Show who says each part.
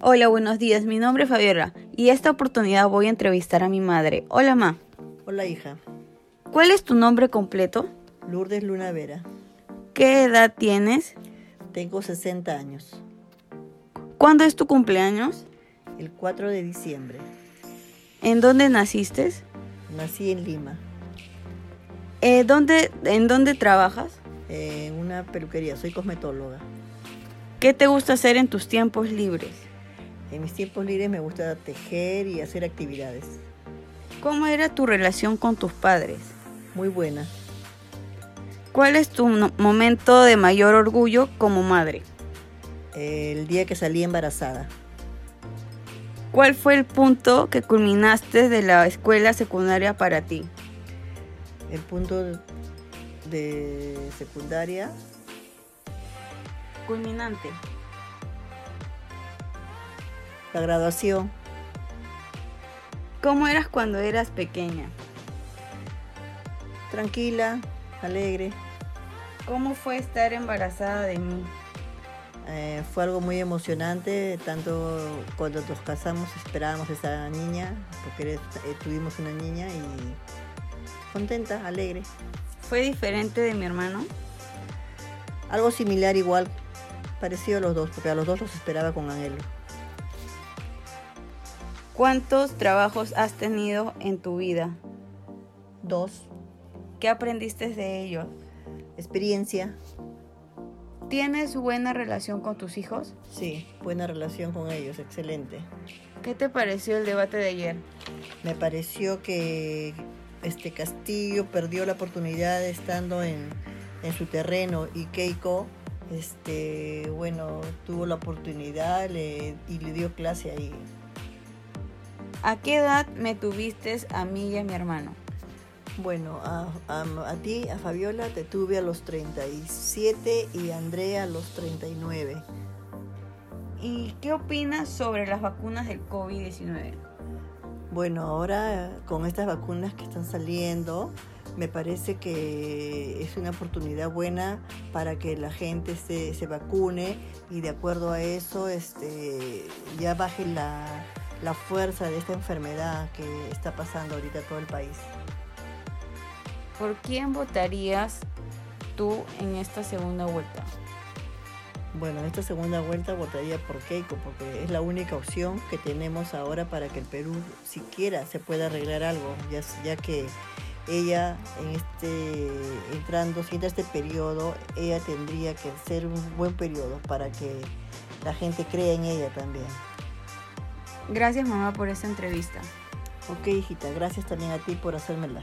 Speaker 1: Hola, buenos días. Mi nombre es Fabiola y esta oportunidad voy a entrevistar a mi madre. Hola, ma.
Speaker 2: Hola, hija.
Speaker 1: ¿Cuál es tu nombre completo?
Speaker 2: Lourdes Luna Vera.
Speaker 1: ¿Qué edad tienes?
Speaker 2: Tengo 60 años.
Speaker 1: ¿Cuándo es tu cumpleaños?
Speaker 2: El 4 de diciembre.
Speaker 1: ¿En dónde naciste?
Speaker 2: Nací en Lima,
Speaker 1: Eh, ¿dónde, ¿En dónde trabajas?
Speaker 2: en una peluquería. Soy cosmetóloga.
Speaker 1: ¿Qué te gusta hacer en tus tiempos libres?
Speaker 2: En mis tiempos libres me gusta tejer y hacer actividades.
Speaker 1: ¿Cómo era tu relación con tus padres?
Speaker 2: Muy buena.
Speaker 1: ¿Cuál es tu no- momento de mayor orgullo como madre?
Speaker 2: El día que salí embarazada.
Speaker 1: ¿Cuál fue el punto que culminaste de la escuela secundaria para ti?
Speaker 2: El punto de secundaria.
Speaker 1: Culminante.
Speaker 2: La graduación.
Speaker 1: ¿Cómo eras cuando eras pequeña?
Speaker 2: Tranquila, alegre.
Speaker 1: ¿Cómo fue estar embarazada de mí?
Speaker 2: Eh, fue algo muy emocionante, tanto cuando nos casamos esperábamos esa niña, porque eres- eh, tuvimos una niña y contenta, alegre.
Speaker 1: ¿Fue diferente de mi hermano?
Speaker 2: Algo similar igual, parecido a los dos, porque a los dos los esperaba con anhelo.
Speaker 1: ¿Cuántos trabajos has tenido en tu vida?
Speaker 2: Dos,
Speaker 1: ¿Qué aprendiste de ellos?
Speaker 2: experiencia,
Speaker 1: ¿Tienes buena relación con tus hijos?
Speaker 2: sí, buena relación con ellos, excelente.
Speaker 1: ¿Qué te pareció el debate de ayer?
Speaker 2: Me pareció que este Castillo perdió la oportunidad estando en, en su terreno y Keiko, este, bueno, tuvo la oportunidad le- y le dio clase ahí.
Speaker 1: ¿A qué edad me tuviste a mí y a mi hermano?
Speaker 2: Bueno, a, a- a ti, a Fabiola, te tuve a los 37 y a Andrea a los 39.
Speaker 1: ¿Y qué opinas sobre las vacunas del COVID-19?
Speaker 2: Bueno, ahora con estas vacunas que están saliendo, me parece que es una oportunidad buena para que la gente se, se vacune y de acuerdo a eso este, ya baje la, la fuerza de esta enfermedad que está pasando ahorita todo el país.
Speaker 1: ¿Por quién votarías tú en esta segunda vuelta?
Speaker 2: Bueno, en esta segunda vuelta votaría por Keiko porque es la única opción que tenemos ahora para que el Perú siquiera se pueda arreglar algo, ya, s- ya que ella en este entrando siendo este periodo, ella tendría que ser un buen periodo para que la gente crea en ella también.
Speaker 1: Gracias mamá por esta entrevista.
Speaker 2: Ok, hijita, gracias también a ti por hacérmela.